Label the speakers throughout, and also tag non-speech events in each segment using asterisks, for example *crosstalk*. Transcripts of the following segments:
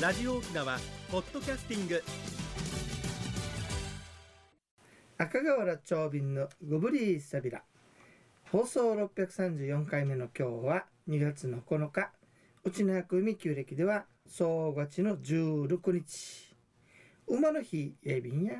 Speaker 1: ラジオ沖縄ポッドキャスティング
Speaker 2: 赤瓦長瓶のゴブリーサビラ放送634回目の今日は2月の9日内那覇海旧暦では総勝ちの16日馬の日鋭便や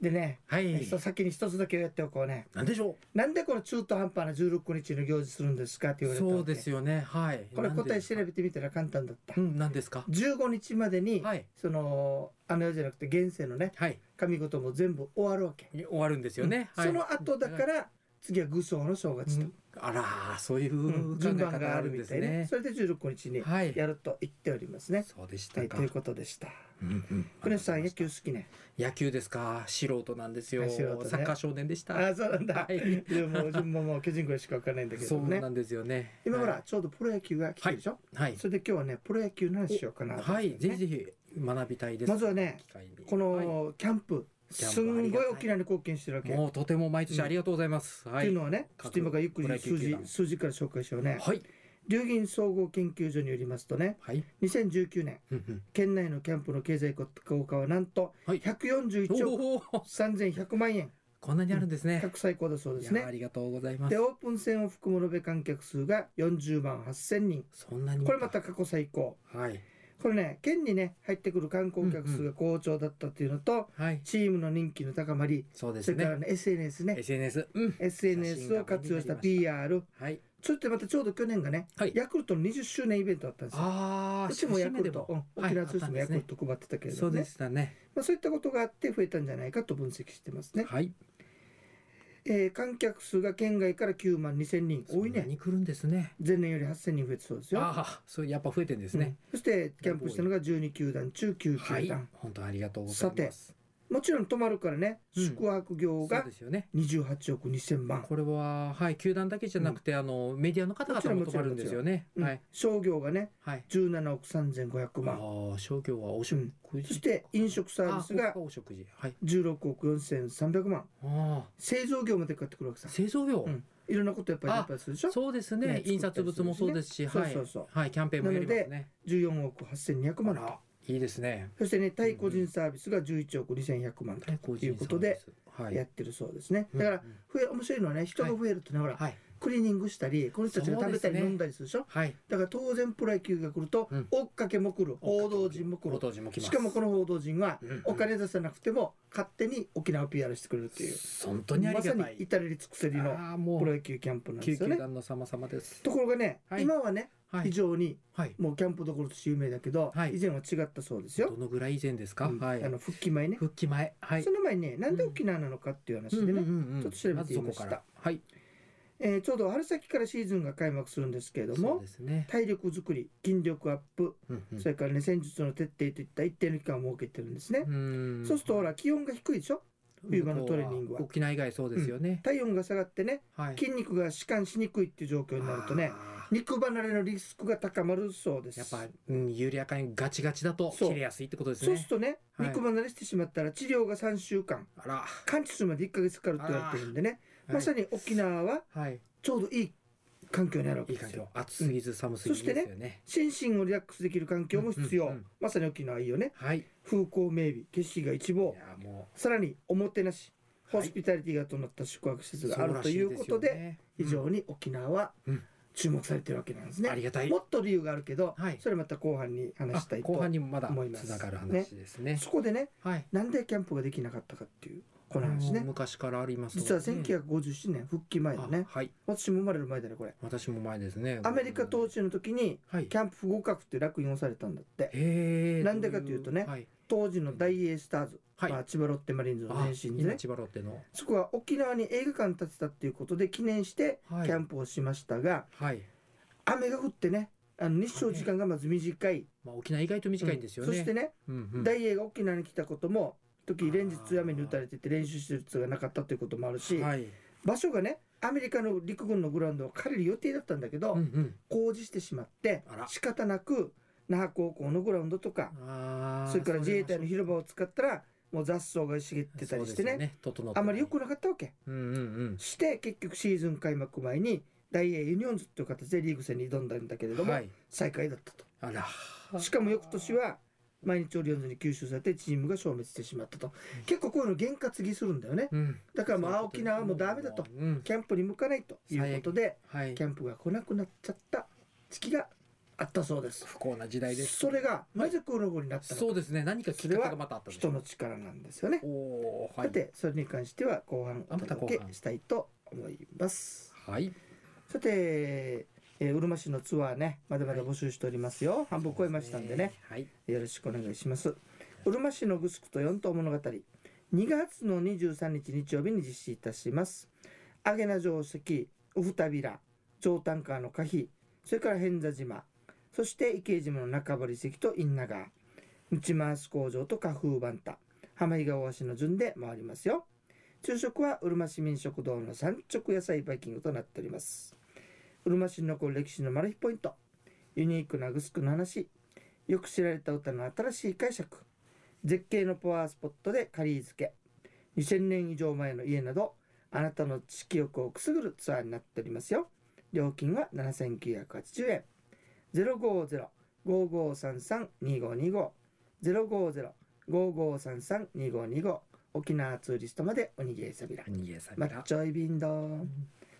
Speaker 2: でね、
Speaker 1: はい
Speaker 2: そう先に一つだけやっておこうね
Speaker 1: なんでしょ
Speaker 2: なんでこの中途半端な16日の行事するんですかって言
Speaker 3: う
Speaker 2: われたわけ
Speaker 3: そうですよねはい
Speaker 2: これ
Speaker 3: なんで
Speaker 2: 答え調べてみたら簡単だった
Speaker 3: うん何ですか
Speaker 2: 15日までに、
Speaker 3: はい
Speaker 2: そのあの世じゃなくて現世のね
Speaker 3: はい
Speaker 2: 神事も全部終わるわけ
Speaker 3: 終わるんですよね、
Speaker 2: うん
Speaker 3: はい
Speaker 2: その後だから次は偶像の正月と、
Speaker 3: あらーそういう
Speaker 2: う
Speaker 3: 考
Speaker 2: ん
Speaker 3: え
Speaker 2: 順番
Speaker 3: 方
Speaker 2: が
Speaker 3: が
Speaker 2: あ
Speaker 3: あ
Speaker 2: る
Speaker 3: るん
Speaker 2: み
Speaker 3: です
Speaker 2: たいね
Speaker 3: ね
Speaker 2: それで16日に
Speaker 3: はい
Speaker 2: やると言っておりますね、
Speaker 3: そうでし
Speaker 2: は
Speaker 3: た
Speaker 2: い、
Speaker 3: か
Speaker 2: ということでした
Speaker 3: うんうん
Speaker 2: クネさん野球好きね
Speaker 3: 野球ですか素人なんですよ、
Speaker 2: あ素人ね
Speaker 3: サッカー少年でした
Speaker 2: ああそうなんだ、
Speaker 3: はい
Speaker 2: でももう順番も巨人ぐらいしか分からないんだけ
Speaker 3: そ
Speaker 2: ど
Speaker 3: う
Speaker 2: ね
Speaker 3: なんですよね
Speaker 2: 今ほら、
Speaker 3: は
Speaker 2: ちょうどプロ野球が来てるでしょ、
Speaker 3: い、はい
Speaker 2: それで今日はねプロ野球の話しようかなと思っ
Speaker 3: は
Speaker 2: て
Speaker 3: い、ぜひぜひ学びたいです。
Speaker 2: まずはね
Speaker 3: 機会に、
Speaker 2: こ
Speaker 3: は
Speaker 2: のキャンプ、
Speaker 3: キャンプ
Speaker 2: すんご
Speaker 3: あ
Speaker 2: い
Speaker 3: りがたい
Speaker 2: 沖縄に貢献してるわ
Speaker 3: い
Speaker 2: け
Speaker 3: もうとても毎年ありがとうございます。
Speaker 2: っ
Speaker 3: は
Speaker 2: てい。
Speaker 3: いう
Speaker 2: のをね、ちょっと今からゆっ
Speaker 3: プ
Speaker 2: く
Speaker 3: ロ
Speaker 2: り
Speaker 3: 野球
Speaker 2: 数
Speaker 3: 球
Speaker 2: 字
Speaker 3: 団
Speaker 2: 数字から紹介しようね、
Speaker 3: はい。
Speaker 2: 龍銀総合研究所によりますとね
Speaker 3: はい。
Speaker 2: 2019年
Speaker 3: うんうん
Speaker 2: 県内のキャンプの経済効果はなんと
Speaker 3: はい
Speaker 2: 141億
Speaker 3: おお、
Speaker 2: 3100万円
Speaker 3: こんなにあるんですね。
Speaker 2: 過去最高だそうです
Speaker 3: いやあ
Speaker 2: ね
Speaker 3: りがとうございま。
Speaker 2: ですオープン戦を含む延べ観客数が40万8000人
Speaker 3: そんなに。
Speaker 2: これまた過去最高
Speaker 3: はい。
Speaker 2: これね県にね入ってくる観光客数
Speaker 3: うんう
Speaker 2: が好調だったっていうのと、
Speaker 3: はい。
Speaker 2: チームの人気の高まり
Speaker 3: そうで
Speaker 2: そ
Speaker 3: す
Speaker 2: れから
Speaker 3: ね。
Speaker 2: ね SNS ね
Speaker 3: SNS。うん。
Speaker 2: SNS を活用した
Speaker 3: 写真
Speaker 2: PR
Speaker 3: はい。
Speaker 2: それってまたちょうど去年がね、
Speaker 3: はい
Speaker 2: ヤクルトの20周年イベントだったんですよ
Speaker 3: ああ、
Speaker 2: うちもヤクル
Speaker 3: 写
Speaker 2: ト、
Speaker 3: 真で
Speaker 2: うん
Speaker 3: はい
Speaker 2: 沖縄通
Speaker 3: あったん
Speaker 2: 信も
Speaker 3: です
Speaker 2: ヤク
Speaker 3: ね
Speaker 2: ルト配ってたけれど
Speaker 3: そ
Speaker 2: も
Speaker 3: う
Speaker 2: ね
Speaker 3: でしたね。
Speaker 2: まあ、そういったことがあって増えたんじゃないかと分析してますね、
Speaker 3: はい。
Speaker 2: えー観客数が県外から9万2000人多い
Speaker 3: そんな
Speaker 2: ね
Speaker 3: に来るんですね。
Speaker 2: 前年より8000人増えてそうですよ、
Speaker 3: ああ、そうやっぱ増えてんですね。
Speaker 2: うんそしてキャンプしたのが12球団中9
Speaker 3: は
Speaker 2: 球
Speaker 3: い
Speaker 2: 団、。
Speaker 3: 本当ありがとうございます。
Speaker 2: もちろん泊まるからね
Speaker 3: うん
Speaker 2: 宿泊業
Speaker 3: そう
Speaker 2: が
Speaker 3: ですよね。
Speaker 2: 28億2000万、
Speaker 3: これは、はい、球団だけじゃなくて、あのメディアの方々も
Speaker 2: もち
Speaker 3: 泊ま
Speaker 2: ろん
Speaker 3: るんですよね。
Speaker 2: うん
Speaker 3: はい、
Speaker 2: 商業がね
Speaker 3: はい。
Speaker 2: 17億3500
Speaker 3: ま
Speaker 2: 万
Speaker 3: あ、商業はお
Speaker 2: う
Speaker 3: 食
Speaker 2: ん
Speaker 3: 事。
Speaker 2: そして飲食サービス
Speaker 3: あ
Speaker 2: が
Speaker 3: お食事。はい。
Speaker 2: 16億4300万
Speaker 3: あ
Speaker 2: 製造業まで買ってくるわけさ
Speaker 3: あ、製造業
Speaker 2: う。んいろんなことやっぱり
Speaker 3: あ
Speaker 2: やっぱりするでしょ
Speaker 3: そうです
Speaker 2: ね
Speaker 3: ね。印
Speaker 2: 作った
Speaker 3: 刷
Speaker 2: りす
Speaker 3: 物もそう
Speaker 2: るしね
Speaker 3: ですし、
Speaker 2: そう
Speaker 3: はい
Speaker 2: そうそう。
Speaker 3: はい、キャンペーンもやりますね。
Speaker 2: 14億8200
Speaker 3: あ
Speaker 2: 万
Speaker 3: ら、いいですね。
Speaker 2: そしてね対個人サービスが11億2100万と
Speaker 3: はい個人
Speaker 2: いうことで
Speaker 3: サービスはい。
Speaker 2: やってるそうですね、だから
Speaker 3: うん
Speaker 2: 増え面白いのはね人が増えるとね、ほら
Speaker 3: はい。
Speaker 2: クリーニングしたりこの人たちが食べ
Speaker 3: そ
Speaker 2: たり
Speaker 3: うですね
Speaker 2: 飲んだりするでしょ
Speaker 3: はい。
Speaker 2: だから当然プロ野球が来ると、
Speaker 3: うん
Speaker 2: 追っかけも来る報道陣も来
Speaker 3: 報
Speaker 2: る
Speaker 3: 道陣も来ます。
Speaker 2: しかもこ
Speaker 3: の
Speaker 2: の報道陣は
Speaker 3: うんうん
Speaker 2: お金出さなくても勝手に沖縄を PR してくれるっていう、
Speaker 3: 本当にあり
Speaker 2: ま
Speaker 3: がた
Speaker 2: さ
Speaker 3: い。
Speaker 2: に至れり尽くせりの
Speaker 3: ああ、
Speaker 2: プ
Speaker 3: も
Speaker 2: ロ
Speaker 3: う
Speaker 2: 野球キャンプなんで
Speaker 3: 救
Speaker 2: すよ
Speaker 3: 急
Speaker 2: ね
Speaker 3: 団の様々です。
Speaker 2: ところがね、
Speaker 3: はい
Speaker 2: 今はね
Speaker 3: は
Speaker 2: 非
Speaker 3: い。
Speaker 2: 常に
Speaker 3: はい。
Speaker 2: もうキャンプどころとして有名だけど、
Speaker 3: はい
Speaker 2: 以前は違ったそうですよ
Speaker 3: ど、のぐらい以前ですか。
Speaker 2: うん
Speaker 3: はい
Speaker 2: あ。の復帰前ね
Speaker 3: 復帰前。はい
Speaker 2: そ。の前にねなんで沖縄なのかっていう話でね、
Speaker 3: ね
Speaker 2: ちょっと調べてみました
Speaker 3: はい。
Speaker 2: えーちょうど春先からシーズンが開幕するんですけれど
Speaker 3: そう
Speaker 2: も
Speaker 3: ですね。
Speaker 2: 体力づくり筋力アップ、
Speaker 3: うんうん
Speaker 2: それからね戦術の徹底といった一定の期間を設けてるんですね、
Speaker 3: うん
Speaker 2: そうするとほら気温が低いでしょ冬場のトレーニングは
Speaker 3: 沖縄以外そうですよね。
Speaker 2: 体温が下がってね
Speaker 3: はい。
Speaker 2: 筋肉が弛緩しにくいっていう状況になるとね
Speaker 3: あ
Speaker 2: 肉離れのリスクが高まるそうで
Speaker 3: ー。
Speaker 2: す
Speaker 3: やっぱ、うん、緩やかにガチガチだと
Speaker 2: そう
Speaker 3: 切れやすいってことです
Speaker 2: そうす
Speaker 3: ね
Speaker 2: る。とね、
Speaker 3: はい
Speaker 2: 肉離れしてしまったら治療が3週間
Speaker 3: あら。
Speaker 2: 完治するまで1ヶ月かかると言われてるんでねまさ
Speaker 3: に。
Speaker 2: に沖縄は
Speaker 3: はい。
Speaker 2: ちょうどいい環境にあるわけ
Speaker 3: いい
Speaker 2: で
Speaker 3: 環
Speaker 2: すよ
Speaker 3: 境。暑すぎず寒すぎず
Speaker 2: そしてね
Speaker 3: ですよね。
Speaker 2: 心身をリラックスできる環境も必要、
Speaker 3: うんうんうん
Speaker 2: まさに沖縄いいよね
Speaker 3: はい。い
Speaker 2: 風光明媚景色が一望
Speaker 3: や、も
Speaker 2: さらにおもてなし
Speaker 3: は
Speaker 2: ホ
Speaker 3: い
Speaker 2: スピタリティが伴った宿泊施
Speaker 3: う。
Speaker 2: 設があるということで非常
Speaker 3: に。
Speaker 2: に沖縄は
Speaker 3: うん
Speaker 2: 注目されてるわけなんです
Speaker 3: うん
Speaker 2: ね、
Speaker 3: ありがたい
Speaker 2: も。っと理由があるけど、
Speaker 3: はい
Speaker 2: それまた後半に話した
Speaker 3: あ
Speaker 2: いと
Speaker 3: 後半にもまだ
Speaker 2: 思います
Speaker 3: つながる話ですね。
Speaker 2: そこでね
Speaker 3: はい。
Speaker 2: なんでキャンプができなかったかっていうこの話
Speaker 3: もう
Speaker 2: ね
Speaker 3: 昔からあります。
Speaker 2: 実は
Speaker 3: ね
Speaker 2: 1957年復帰前だね
Speaker 3: あはい。
Speaker 2: 私も生まれる前だねこれ
Speaker 3: 私も前ですね。
Speaker 2: アメリカ統治の時に
Speaker 3: はい。
Speaker 2: キャンプ不合格っていう落印をされたんだって
Speaker 3: へえ。
Speaker 2: なんでかというとね
Speaker 3: はい。
Speaker 2: 当時の大英スターズ、
Speaker 3: はい
Speaker 2: まあ、千葉ロッテマリーンズの
Speaker 3: あ
Speaker 2: 前身で
Speaker 3: 今
Speaker 2: ね
Speaker 3: 千葉ロッテの。
Speaker 2: そこは沖縄に映画館建てたっていうことで記念して
Speaker 3: はい
Speaker 2: キャンプをしましたが、
Speaker 3: はい。
Speaker 2: 雨が降ってねあの日照時間がまず短い、
Speaker 3: まあ沖縄意外と短いんですよね。
Speaker 2: そしてね、
Speaker 3: うんうん
Speaker 2: 大英が沖縄に来たことも時連日雨に打たれてて練習してる必要がなかったということもあるし、
Speaker 3: はい。
Speaker 2: 場所がねアメリカの陸軍のグラウンドを借りる予定だったんだけど、
Speaker 3: うんうん。
Speaker 2: 工事してしまって
Speaker 3: あら
Speaker 2: 仕方なく那覇高校のグラウンドとか
Speaker 3: ああ。
Speaker 2: それから自衛隊の広場
Speaker 3: を
Speaker 2: を使ったらもう雑草が茂ってたりしてね。
Speaker 3: 整って
Speaker 2: あまり良。くなかったわけ
Speaker 3: うんうんうん。
Speaker 2: して結局シーズン開幕前に大英ユニオンズという形でリーグ戦に挑んだんだけれども、
Speaker 3: はい。
Speaker 2: 最下位だったと
Speaker 3: あら。
Speaker 2: しかも翌年は毎日オリオンズに吸収されてチームが消滅してしまったと結構こういうの験担ぎするんだよね
Speaker 3: うん、
Speaker 2: だからもう青木菜はもうダメだと
Speaker 3: うん、
Speaker 2: キャンプに向かないということで
Speaker 3: はい
Speaker 2: キャンプが来なくなっちゃった時期があったそうです
Speaker 3: 不幸な時代です
Speaker 2: それがなぜこの後になったのか
Speaker 3: そうですね何かきっかけがまたあったんでしょ
Speaker 2: 人
Speaker 3: う
Speaker 2: の力なんですよね
Speaker 3: おおーは
Speaker 2: さ
Speaker 3: い
Speaker 2: てそれに関しては後半お
Speaker 3: あまた後半
Speaker 2: 届けしたいと思います
Speaker 3: はい
Speaker 2: さて、えー、うるま市のツアーねまだまだ募集しておりますよ、半分超えましたんでね
Speaker 3: はい
Speaker 2: よろしくお願いしますうるま市のグスクと四島物語2月の23日日曜日に実施いたしますアゲナ城跡ウフタビラ上タンカーの可否それから偏座島そして池江島の中堀遺跡とインナ川内回し工場と花風バンタ浜比嘉大橋の順で回りますよ昼食はうるま市民食堂の産直野菜バイキングとなっておりますうるま市に残る歴史のマル秘ポイントユニークなグスクの話よく知られた歌の新しい解釈絶景のパワースポットで仮付け2000年以上前の家などあなたの知識欲をくすぐるツアーになっておりますよ料金は7980円050-5533-2525 050-5533-2525沖縄ツーリストまでおにぎりさびら
Speaker 3: 逃げさび
Speaker 2: マ
Speaker 3: ら
Speaker 2: ッチョイビンドー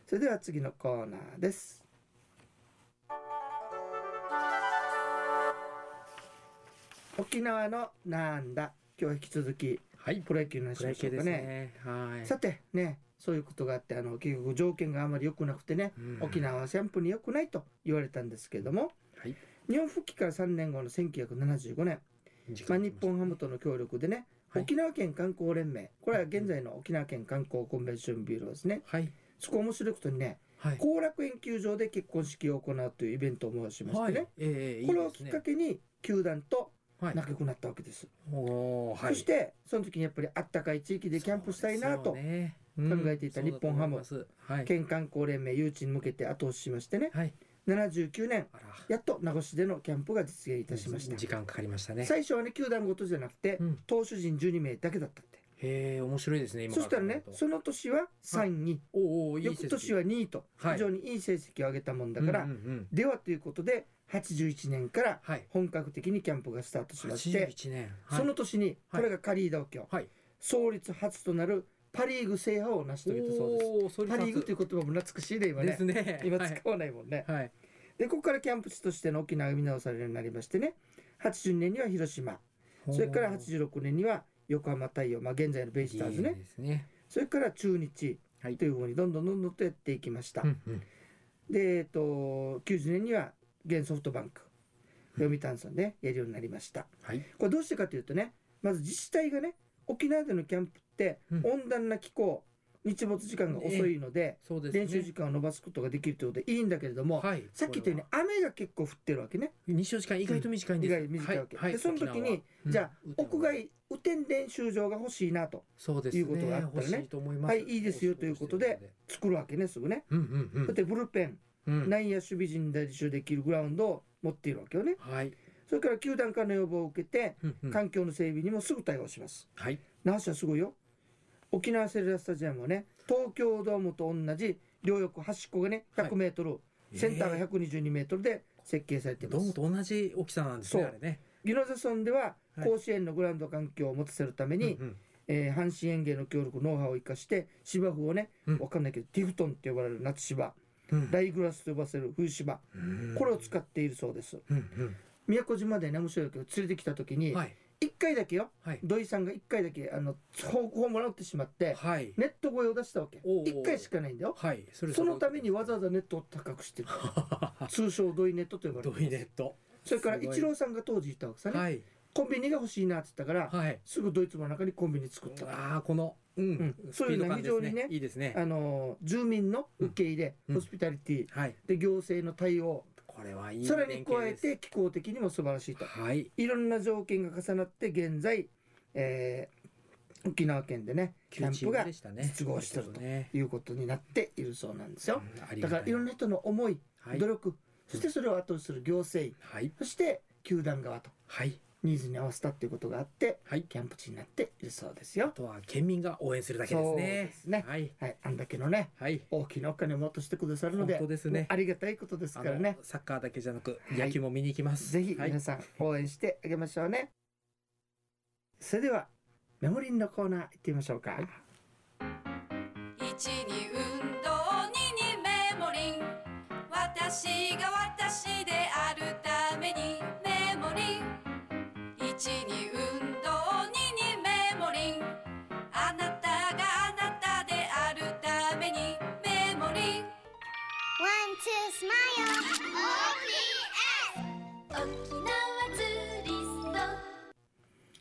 Speaker 2: それでは次のコーナーです沖縄のなんだ今日は引き続き
Speaker 3: はい
Speaker 2: プロ野球の話
Speaker 3: プ
Speaker 2: し
Speaker 3: ロ
Speaker 2: ま
Speaker 3: 野
Speaker 2: しょ
Speaker 3: 球
Speaker 2: う
Speaker 3: で
Speaker 2: か
Speaker 3: す
Speaker 2: ね
Speaker 3: ねはい
Speaker 2: さてねそういうことがあってあの結局条件があまり良くなくてね、
Speaker 3: うん
Speaker 2: 沖縄はシャンプーに良くないと言われたんですけれども
Speaker 3: はい
Speaker 2: 日本復帰から3年後の1975年、まあ、日本ハムとの協力でね、
Speaker 3: はい
Speaker 2: 沖縄県観光連盟これは現在の沖縄県観光コンベンションビューローですね
Speaker 3: はい
Speaker 2: そこ面白いことにね
Speaker 3: はい
Speaker 2: 後楽園球場で結婚式を行うというイベントを催しまし
Speaker 3: は
Speaker 2: て
Speaker 3: い
Speaker 2: ね、
Speaker 3: ええ
Speaker 2: これを
Speaker 3: いいです
Speaker 2: きっ
Speaker 3: ね
Speaker 2: かけに球団と
Speaker 3: はい
Speaker 2: 仲良くなったわけです、
Speaker 3: おーはい
Speaker 2: そしてその時にやっぱりあったかい地域でキャンプしたいな
Speaker 3: そう
Speaker 2: と、
Speaker 3: ですよね
Speaker 2: 考えていた日本ハム
Speaker 3: うんそうだと思いますはい
Speaker 2: 県観光連盟誘致に向けて後押ししましてね
Speaker 3: はい
Speaker 2: 79年
Speaker 3: あら
Speaker 2: やっと名護市でのキャンプが実現いたしました、
Speaker 3: 時間かかりましたね
Speaker 2: 最初はね球団ごとじゃなくて、
Speaker 3: うん
Speaker 2: 投手陣12名だけだったって
Speaker 3: へえ面白いですね今
Speaker 2: そしたら
Speaker 3: 考
Speaker 2: ね
Speaker 3: えると
Speaker 2: その年は3位、
Speaker 3: おうおういい
Speaker 2: 翌年は2位と
Speaker 3: はい
Speaker 2: 非常にいい成績を上げたもんだから、
Speaker 3: うんうんうん
Speaker 2: ではということで81年から
Speaker 3: はい
Speaker 2: 本格的にキャンプがスタートしまして、
Speaker 3: 81年はい
Speaker 2: その年に
Speaker 3: は
Speaker 2: こ
Speaker 3: い
Speaker 2: れがカリーダオ教、
Speaker 3: はい
Speaker 2: 創立初となるパ・リーグ制覇を成し遂げたそうです
Speaker 3: おーそれ
Speaker 2: パ・リーグという言葉も懐かしいね今ね
Speaker 3: ですね
Speaker 2: 今
Speaker 3: はい
Speaker 2: 使わないもんね、
Speaker 3: はい
Speaker 2: でここからキャンプ地としての沖縄が見直されるようになりましてね80年には広島それから86年には横浜太陽まあ現在のベイスターズね
Speaker 3: いいですね
Speaker 2: それから中日
Speaker 3: はい
Speaker 2: という方にどんどんどんどんとやっていきました、
Speaker 3: うんうん
Speaker 2: でえっと90年には現ソフトバンク読谷村でやるようになりました
Speaker 3: はい
Speaker 2: これどうしてかというとねまず自治体がね沖縄でのキャンプって
Speaker 3: うん
Speaker 2: 温暖な気候、日没時間が遅いので、
Speaker 3: そうですね
Speaker 2: 練習時間を延ばすことができるということでいいんだけれども、
Speaker 3: はい
Speaker 2: さっき言ったように雨が結構降ってるわけね
Speaker 3: に日照時間意外と短いんで
Speaker 2: 意
Speaker 3: す
Speaker 2: 外に短いわけ、
Speaker 3: はいはい
Speaker 2: でその時
Speaker 3: 沖縄は
Speaker 2: にじゃ
Speaker 3: うん
Speaker 2: あ屋外雨天練習場が欲しいなと
Speaker 3: そうですね
Speaker 2: いうことがあったらね
Speaker 3: 欲しいと思います
Speaker 2: はいいいですよということで作るわけねすぐね、
Speaker 3: うんうんうん
Speaker 2: だってブルペン、
Speaker 3: うん
Speaker 2: 内野守備陣で練習できるグラウンドを持っているわけよね
Speaker 3: はい
Speaker 2: それから球団からの要望を受けて
Speaker 3: うんうん
Speaker 2: 環境の整備にもすぐ対応します、
Speaker 3: はい
Speaker 2: 那覇市はすごいよ沖縄セルラースタジアムはね東京ドームと同じ両横端っこがね
Speaker 3: はい
Speaker 2: 100m、センター
Speaker 3: え
Speaker 2: が 122m で設計されてい
Speaker 3: ド
Speaker 2: ま
Speaker 3: ー
Speaker 2: す
Speaker 3: ムと同じ大きさなんですね
Speaker 2: そう
Speaker 3: あれね
Speaker 2: 宜野座村では
Speaker 3: はい
Speaker 2: 甲子園のグラウンド環境を持たせるために、
Speaker 3: うんうん
Speaker 2: えー阪神園芸の協力ノウハウを生かして芝生をね、
Speaker 3: うん
Speaker 2: わかんないけどティフトンって呼ばれる夏芝
Speaker 3: うん
Speaker 2: ライグラスと呼ばせる冬芝
Speaker 3: うん
Speaker 2: これを使っているそうです
Speaker 3: うん
Speaker 2: 宮古島でね面白いけど連れてきた時
Speaker 3: う
Speaker 2: に
Speaker 3: んはい
Speaker 2: 1回だけよ
Speaker 3: はい
Speaker 2: 土井さんが1回だけあの方向をもらってしまって、
Speaker 3: はい
Speaker 2: ネット越えを出したわけ
Speaker 3: おうおう
Speaker 2: 1回しかないんだよ
Speaker 3: はいそれ
Speaker 2: そのためにわざわ
Speaker 3: ざ
Speaker 2: ざネットを高くしてる通称ドイネットと呼ば
Speaker 3: *laughs*
Speaker 2: れ
Speaker 3: ド
Speaker 2: て
Speaker 3: イ
Speaker 2: る
Speaker 3: ネット
Speaker 2: それから
Speaker 3: すごい
Speaker 2: 一郎さんが当時いたわけさね、
Speaker 3: はい
Speaker 2: コンビニが欲しいなって言ったから
Speaker 3: はい
Speaker 2: すぐドイツの中にコンビニ作ったと
Speaker 3: ああこのうん
Speaker 2: うん
Speaker 3: スピード感です
Speaker 2: そういうの非常にね
Speaker 3: いいですね
Speaker 2: あのー住民の受け入れ、
Speaker 3: うん
Speaker 2: ホスピタリティ
Speaker 3: はい
Speaker 2: で行政の対応
Speaker 3: これはいい
Speaker 2: さらに
Speaker 3: 連
Speaker 2: 加え
Speaker 3: 携です
Speaker 2: て気候的にも素晴らしいと
Speaker 3: はい
Speaker 2: いろんな条件が重なって現在、えー沖縄県でねキャンプ
Speaker 3: 旧チーム
Speaker 2: が
Speaker 3: でしたね
Speaker 2: 実現してると
Speaker 3: ね
Speaker 2: いうことになっているそうなんですよ
Speaker 3: うんあり
Speaker 2: だ
Speaker 3: が
Speaker 2: か
Speaker 3: た
Speaker 2: らいろんな人の思い
Speaker 3: はい
Speaker 2: 努力そしてそれを後押しする行政
Speaker 3: はい
Speaker 2: そして球団側と
Speaker 3: はい
Speaker 2: ニーズに合わせたっていうことがあって、
Speaker 3: はい
Speaker 2: キャンプ地になっているそうです
Speaker 3: あ
Speaker 2: よ。
Speaker 3: とは県民が応援するだけです
Speaker 2: そう
Speaker 3: ね
Speaker 2: で。すね
Speaker 3: はい。
Speaker 2: はい、あんだけのね
Speaker 3: はい。
Speaker 2: 大きなお金をもっとしてくださるので
Speaker 3: 本当ですね
Speaker 2: ありがたいことです
Speaker 3: あ
Speaker 2: から
Speaker 3: の、
Speaker 2: ね
Speaker 3: サッカーだけじゃなく、
Speaker 2: はい
Speaker 3: 野球も見に行きます。
Speaker 2: ぜひ
Speaker 3: はい
Speaker 2: 皆さん応援してあげましょうね、それではメモリンのコーナー行ってみましょうか、
Speaker 4: 一に運動二にメモリン私が私であるためにメモリン一に運動二にメモリンあなたがあなたであるためにメモリン
Speaker 5: One, two, smile. OPS.
Speaker 4: 沖縄ツーリスト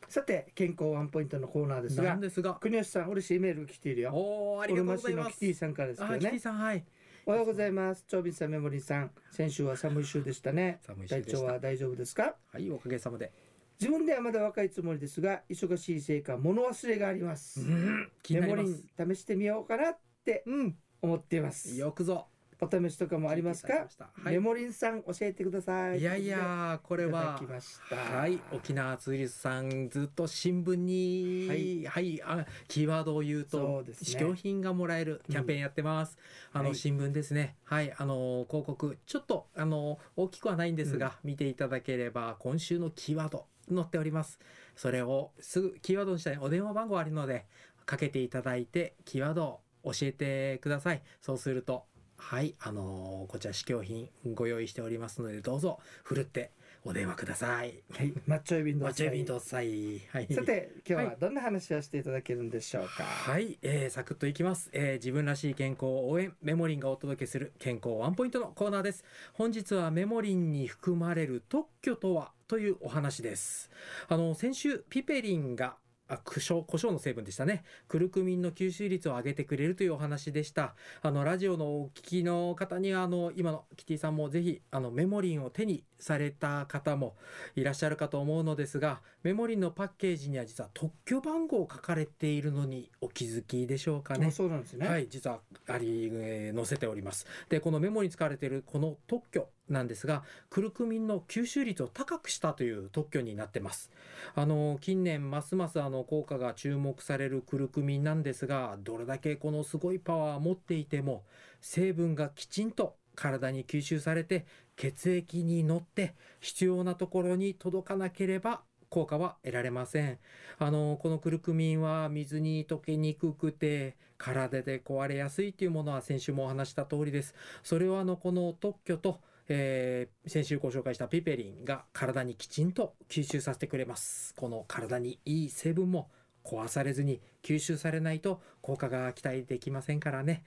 Speaker 2: さて健康ワンポイントのコーナーです
Speaker 3: な
Speaker 2: が
Speaker 3: んですが、
Speaker 2: 国吉さん嬉しいメールが来ているよ
Speaker 3: おー、あ
Speaker 2: オ
Speaker 3: りが
Speaker 2: ル
Speaker 3: とう
Speaker 2: マ
Speaker 3: ござ
Speaker 2: 市
Speaker 3: い
Speaker 2: の
Speaker 3: ま
Speaker 2: キ
Speaker 3: す
Speaker 2: ティ。さんからです
Speaker 3: あ
Speaker 2: け
Speaker 3: ー、
Speaker 2: ど
Speaker 3: キティ
Speaker 2: ね
Speaker 3: さん、はい。
Speaker 2: おはようございます長瓶さんメモリンさん先週は寒い週でしたね
Speaker 3: 寒い週
Speaker 2: 体
Speaker 3: でした
Speaker 2: 調は大丈夫ですか
Speaker 3: はい、おかげさまで。
Speaker 2: 自分ではまだ若いつもりですが忙しいせいか物忘れがあります、
Speaker 3: うん、気にな
Speaker 2: メ
Speaker 3: り
Speaker 2: モ
Speaker 3: ま
Speaker 2: リ
Speaker 3: す。
Speaker 2: ン試してみようかなって
Speaker 3: うん、
Speaker 2: 思っています
Speaker 3: よくぞ。
Speaker 2: お試しとかもありますか
Speaker 3: 聞いていただきましたはい
Speaker 2: メモリンさん教えてください
Speaker 3: いやいや、こと
Speaker 2: い
Speaker 3: れ
Speaker 2: うことでいただ
Speaker 3: は
Speaker 2: き。ました
Speaker 3: はい、沖縄ツーリストさんずっと新聞に、はい、あキーワードを言う
Speaker 2: そ
Speaker 3: と
Speaker 2: うですね
Speaker 3: 試供品がもらえるキャンペーンやってます。
Speaker 2: うん
Speaker 3: あの、
Speaker 2: はい
Speaker 3: 新聞ですね。はい、あの広告ちょっとあの大きくはないんですが、見ていただければ今週のキーワード載っております。それをすぐキーワードの下にお電話番号あるのでかけていただいてキーワードを教えてください。そうすると。はい、あのこちら試供品ご用意しておりますので、どうぞ、ふるってお電話ください。 *laughs*
Speaker 2: はいマッチョイビンド
Speaker 3: マ
Speaker 2: ウ
Speaker 3: チュビンドさい。はい。
Speaker 2: さて今日ははいどんな話をしていただけるんでしょうか、
Speaker 3: はい、えー、サクッといきます、えー自分らしい健康を応援メモリンがお届けする健康ワンポイントのコーナーです本日はメモリンに含まれる特許とはというお話ですあの先週ピペリンがあ胡椒胡椒の成分でしたねクルクミンの吸収率を上げてくれるというお話でしたあのラジオのお聞きの方にはあの今のキティさんもぜひあのメモリンを手にされた方もいらっしゃるかと思うのですがメモリンのパッケージには実は特許番号を書かれているのにお気づきでしょうか
Speaker 2: あ
Speaker 3: ね。
Speaker 2: そうなんですね、
Speaker 3: はい、実はあり、えー載せております。で、このメモに使われているこの特許なんですが、クルクミンの吸収率を高くしたという特許になってます。あの、近年ますますあの効果が注目されるクルクミンなんですが、どれだけこのすごいパワーを持っていても、成分がきちんと体に吸収されて、血液に乗って必要なところに届かなければ効果は得られません。あの、このクルクミンは水に溶けにくくて、体で壊れやすいというものは先週もお話した通りです。それをあの、この特許と、えー先週ご紹介したピペリンが体にきちんと吸収させてくれます。この体にいい成分も壊されずに吸収されないと効果が期待できませんからね。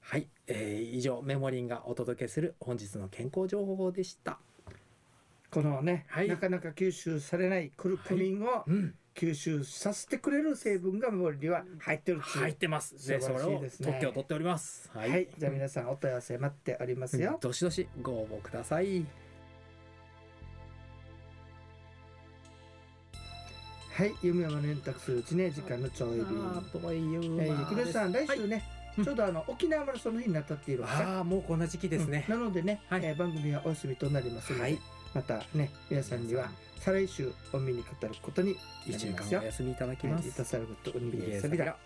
Speaker 3: はい、えー以上、メモリンがお届けする本日の健康情報でした。
Speaker 2: このね、
Speaker 3: はい
Speaker 2: なかなか吸収されないクルクミンを
Speaker 3: うん。
Speaker 2: 吸収させてくれる成分がメモリンには入ってるっていう
Speaker 3: 入ってます。
Speaker 2: 素晴
Speaker 3: で、そ
Speaker 2: ら
Speaker 3: れ
Speaker 2: しい
Speaker 3: を
Speaker 2: ですね
Speaker 3: 特許を取っております。
Speaker 2: はい、じゃあ皆さんお問い合わせ待っておりますよ、
Speaker 3: どしどしご応募ください。
Speaker 2: はい夢を連託するうちね時間のちょい
Speaker 3: あ
Speaker 2: 便
Speaker 3: ーという
Speaker 2: え
Speaker 3: ま
Speaker 2: ー、
Speaker 3: あ
Speaker 2: 久米さん、
Speaker 3: で
Speaker 2: 来
Speaker 3: す
Speaker 2: 週ね、
Speaker 3: うん
Speaker 2: ちょうどあの沖縄マラソンの日になったっていうの
Speaker 3: はい
Speaker 2: かな
Speaker 3: ああ、もうこんな時期ですね。
Speaker 2: うんなのでね、
Speaker 3: はい
Speaker 2: えー番組はお休みとなりますので、
Speaker 3: はい
Speaker 2: またね皆さんには再来週お見にかかることに
Speaker 3: 一週
Speaker 2: なります
Speaker 3: 間
Speaker 2: よ
Speaker 3: お休みいただきま
Speaker 2: はい、い
Speaker 3: す。
Speaker 2: たさることおにぎり
Speaker 3: い
Speaker 2: さびら、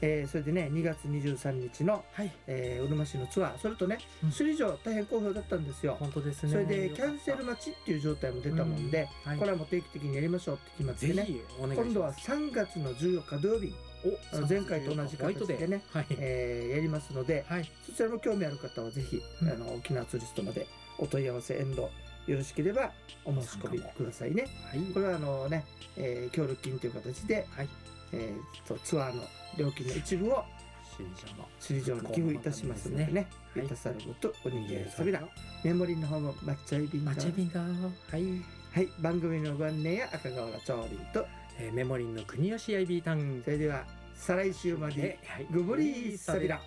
Speaker 2: えーそれでね2月23日の、
Speaker 3: はい、
Speaker 2: えー、うるま市のツアーそれとね、
Speaker 3: うん
Speaker 2: 首里城大変好評だったんですよ
Speaker 3: 本当ですね。
Speaker 2: それでキャンセル待ちっていう状態も出たもんで、
Speaker 3: はい
Speaker 2: これはもう定期的にやりましょうって決まって
Speaker 3: ぜ
Speaker 2: ね
Speaker 3: ひお願いします。
Speaker 2: 今度は3月の14日土曜日、
Speaker 3: お
Speaker 2: 前回と同じ
Speaker 3: ホワイト
Speaker 2: 形でね
Speaker 3: はい、
Speaker 2: えーやりますので、
Speaker 3: はい、
Speaker 2: そちらも興味ある方はぜひ、
Speaker 3: うん
Speaker 2: あの沖縄ツーリストまでお問い合わせエンドよろしければお申し込みくださいね。
Speaker 3: はい
Speaker 2: これはあのね、えー協力金という形で、
Speaker 3: はい
Speaker 2: えーとツアーの料金の一部を
Speaker 3: 首里城の
Speaker 2: 首里城に寄付いたしますのでね、
Speaker 3: はい
Speaker 2: いたさることおにぎり
Speaker 3: さ
Speaker 2: さ
Speaker 3: び
Speaker 2: び
Speaker 3: ら
Speaker 2: ら、メモリーの方も抹茶エビンだ
Speaker 3: マチェビンだ。はい、
Speaker 2: はい、番組のご案内や赤瓦町便と、
Speaker 3: えーメモリンの国吉アイビータウン
Speaker 2: そ。れでは再来週まで
Speaker 3: えはい
Speaker 2: グブリーサビラ。